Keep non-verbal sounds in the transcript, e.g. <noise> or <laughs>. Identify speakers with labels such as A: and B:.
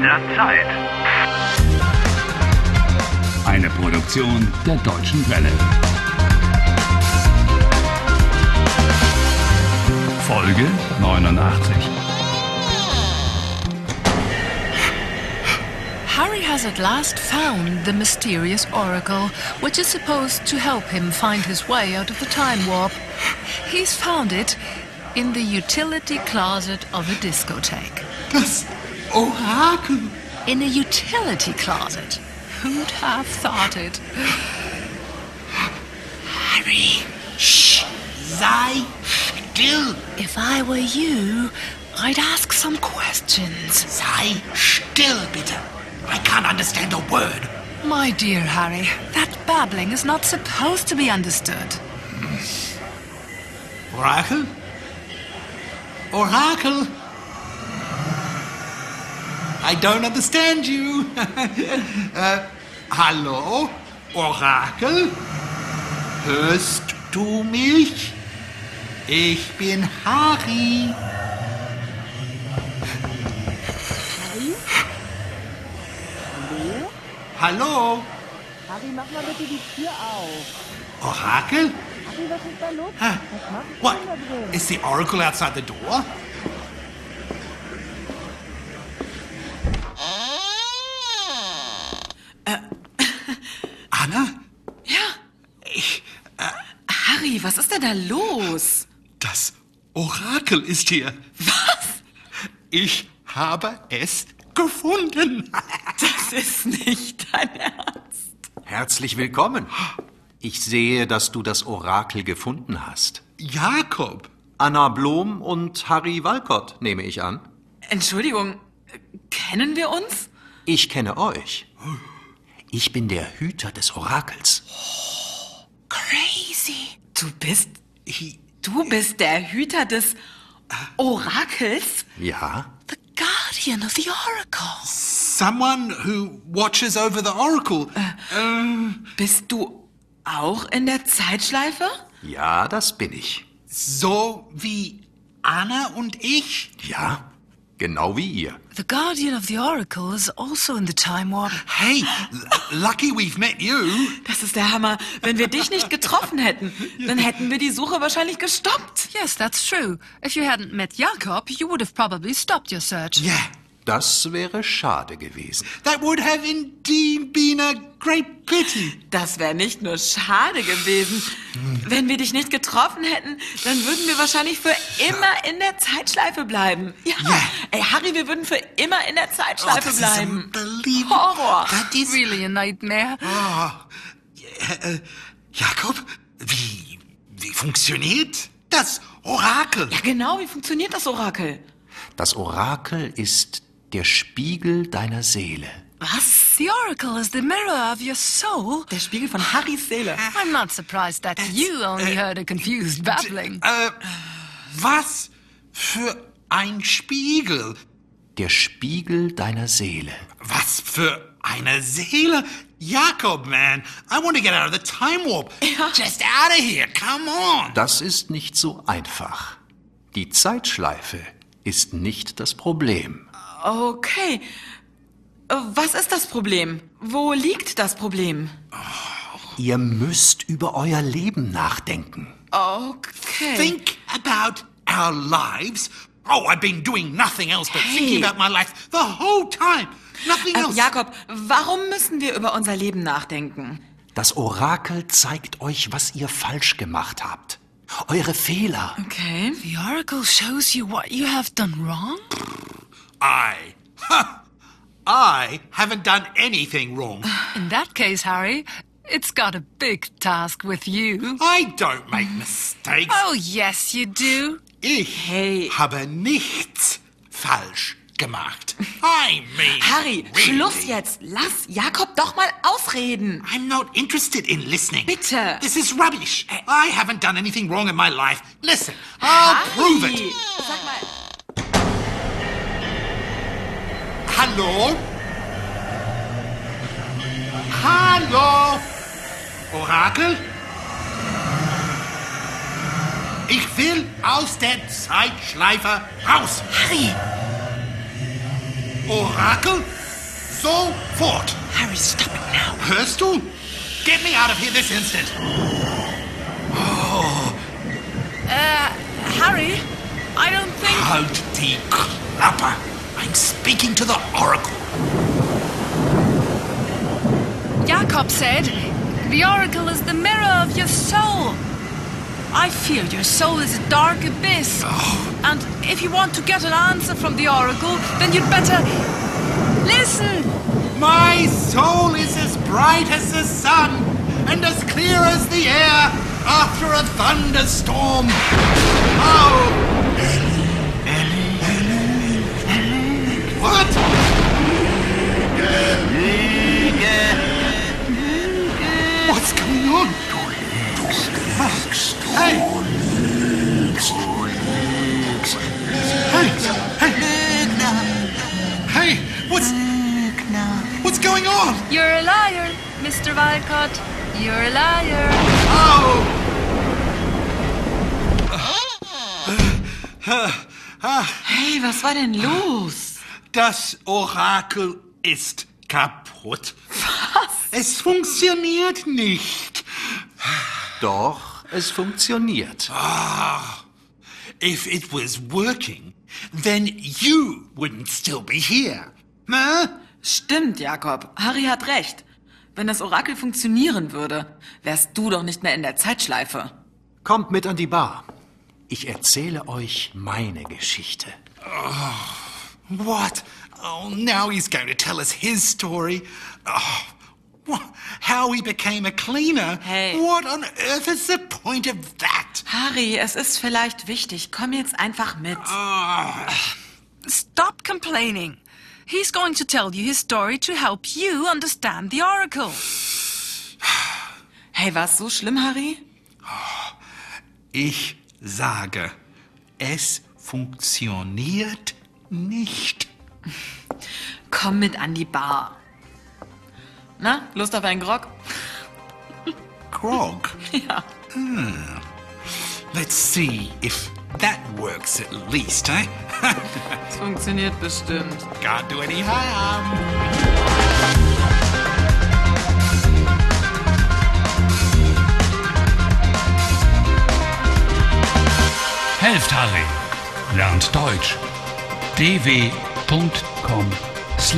A: der Zeit.
B: Eine Produktion der Deutschen Welle. Folge 89.
C: Harry has at last found the mysterious oracle, which is supposed to help him find his way out of the time warp. He's found it in the utility closet of a discotheque.
D: Das Orakel.
C: In a utility closet? Who'd have thought it?
D: Harry, shh, sei still.
C: If I were you, I'd ask some questions.
D: Sei still, bitte. I can't understand a word.
C: My dear Harry, that babbling is not supposed to be understood.
D: Orakel? Orakel? I don't understand you. <laughs> äh, hallo? Orakel? Hörst du mich? Ich bin Harry.
E: Harry? Hallo?
D: Hallo?
E: Harry, mach mal bitte die Tür auf.
D: Orakel?
E: Harry, was ist da los?
D: Huh?
E: Was machst du
D: What?
E: denn da drin?
D: Is the oracle outside the door? Anna?
F: Ja. Harry, was ist denn da los? <laughs>
D: Das Orakel ist hier.
F: Was?
D: Ich habe es gefunden.
F: Das ist nicht dein Ernst.
G: Herzlich willkommen. Ich sehe, dass du das Orakel gefunden hast.
D: Jakob,
G: Anna Blom und Harry Walcott, nehme ich an.
F: Entschuldigung, äh, kennen wir uns?
G: Ich kenne euch. Ich bin der Hüter des Orakels.
F: Crazy. Du bist.
D: he-
F: Du bist der Hüter des Orakels?
G: Ja?
C: The guardian of the oracle.
D: someone who watches over the oracle.
F: Äh. Bist du auch in der Zeitschleife?
G: Ja, das bin ich.
D: So wie Anna und ich.
G: Ja? Genau wie ihr.
C: The guardian of the oracle is also in the time warp.
D: Hey, l- lucky we've met you.
F: Das ist der Hammer. Wenn wir dich nicht getroffen hätten, dann hätten wir die Suche wahrscheinlich gestoppt.
C: Yes, that's true. If you hadn't met Jakob, you would have probably stopped your search.
D: Yeah,
G: Das wäre schade gewesen.
D: that would have indeed been a great pity.
F: Das wäre nicht nur schade gewesen. Wenn wir dich nicht getroffen hätten, dann würden wir wahrscheinlich für immer in der Zeitschleife bleiben. Ja.
D: Ja.
F: Ey, Harry, wir würden für immer in der
D: Oh,
F: Zeitschleife
D: this is
F: bleiben.
D: unbelievable.
F: Horror.
D: That is
C: Really a nightmare.
F: Oh.
D: Äh, äh, Jakob, wie, wie funktioniert das Orakel?
F: Ja, genau. Wie funktioniert das Orakel?
G: Das Orakel ist der Spiegel deiner Seele.
F: Was?
C: The oracle is the mirror of your soul.
F: Der Spiegel von Harrys Seele.
C: I'm not surprised that you only heard a confused babbling.
D: Äh, was für ein Spiegel?
G: Der Spiegel deiner Seele.
D: Was für eine Seele? Jakob, man, I want to get out of the time
F: <laughs>
D: warp. Just out of here, come on.
G: Das ist nicht so einfach. Die Zeitschleife ist nicht das Problem.
F: Okay. Äh, Was ist das Problem? Wo liegt das Problem?
G: Ihr müsst über euer Leben nachdenken.
F: Okay.
D: Think about our lives. Oh, I've been doing nothing else but thinking
F: Hey.
D: about my life the whole time. Nothing
F: Äh,
D: else.
F: Jakob, warum müssen wir über unser Leben nachdenken?
G: Das Orakel zeigt euch, was ihr falsch gemacht habt. Eure Fehler.
F: Okay.
C: The oracle shows you what you have done wrong?
D: I. Ha! I haven't done anything wrong.
C: In that case, Harry, it's got a big task with you.
D: I don't make mistakes.
C: Oh, yes, you do.
D: Ich
F: Hey.
D: habe nichts falsch gemacht. I mean.
F: Harry,
D: really.
F: Schluss jetzt. Lass Jakob doch mal ausreden.
D: I'm not interested in listening.
F: Bitte.
D: This is rubbish. I haven't done anything wrong in my life. Listen, I'll prove
F: Harry,
D: it.
F: Sag mal,
D: Hallo? Hallo? Orakel? Ich will aus der Zeitschleife raus.
F: Harry,
D: Orakel, sofort.
F: Harry, stop it now.
D: Hörst du? Get me out of here this instant.
F: Harry, I don't think.
D: Halt die Klappe. I'm speaking to the Oracle.
C: Jakob said, The oracle is the mirror of your soul. I feel your soul is a dark abyss. And if you want to get an answer from the oracle, then you'd better. Listen!
D: My soul is as bright as the sun and as clear as the air after a thunderstorm. Oh! What? What's going on? Hey! Hey! Hey! Hey! What's What's going on?
C: You're a liar, Mr. Walcott. You're a liar.
D: Oh!
F: Hey, was war denn los?
D: Das Orakel ist kaputt. Was? Es funktioniert nicht.
G: Doch, es funktioniert.
D: If it was working, then you wouldn't still be here. Huh?
F: Stimmt, Jakob. Harry hat recht. Wenn das Orakel funktionieren würde, wärst du doch nicht mehr in der Zeitschleife.
G: Kommt mit an die Bar. Ich erzähle euch meine Geschichte.
D: What? Oh, now he's going to tell us his story. Oh, wha- how he became a cleaner.
F: Hey.
D: What on earth is the point of that?
F: Harry, es ist vielleicht wichtig. Komm jetzt einfach mit.
C: Stop complaining. He's going to tell you his story to help you understand the oracle.
F: Hey, war's so schlimm, Harry?
D: Ich sage, es funktioniert nicht.
F: Komm mit an die Bar. Na, Lust auf einen Grog?
D: Grog.
F: Ja.
D: Hmm. Let's see if that works at least, eh?
F: Es funktioniert bestimmt.
D: Can't do any harm.
B: Helft Harry. Lernt Deutsch. dw.com/harry.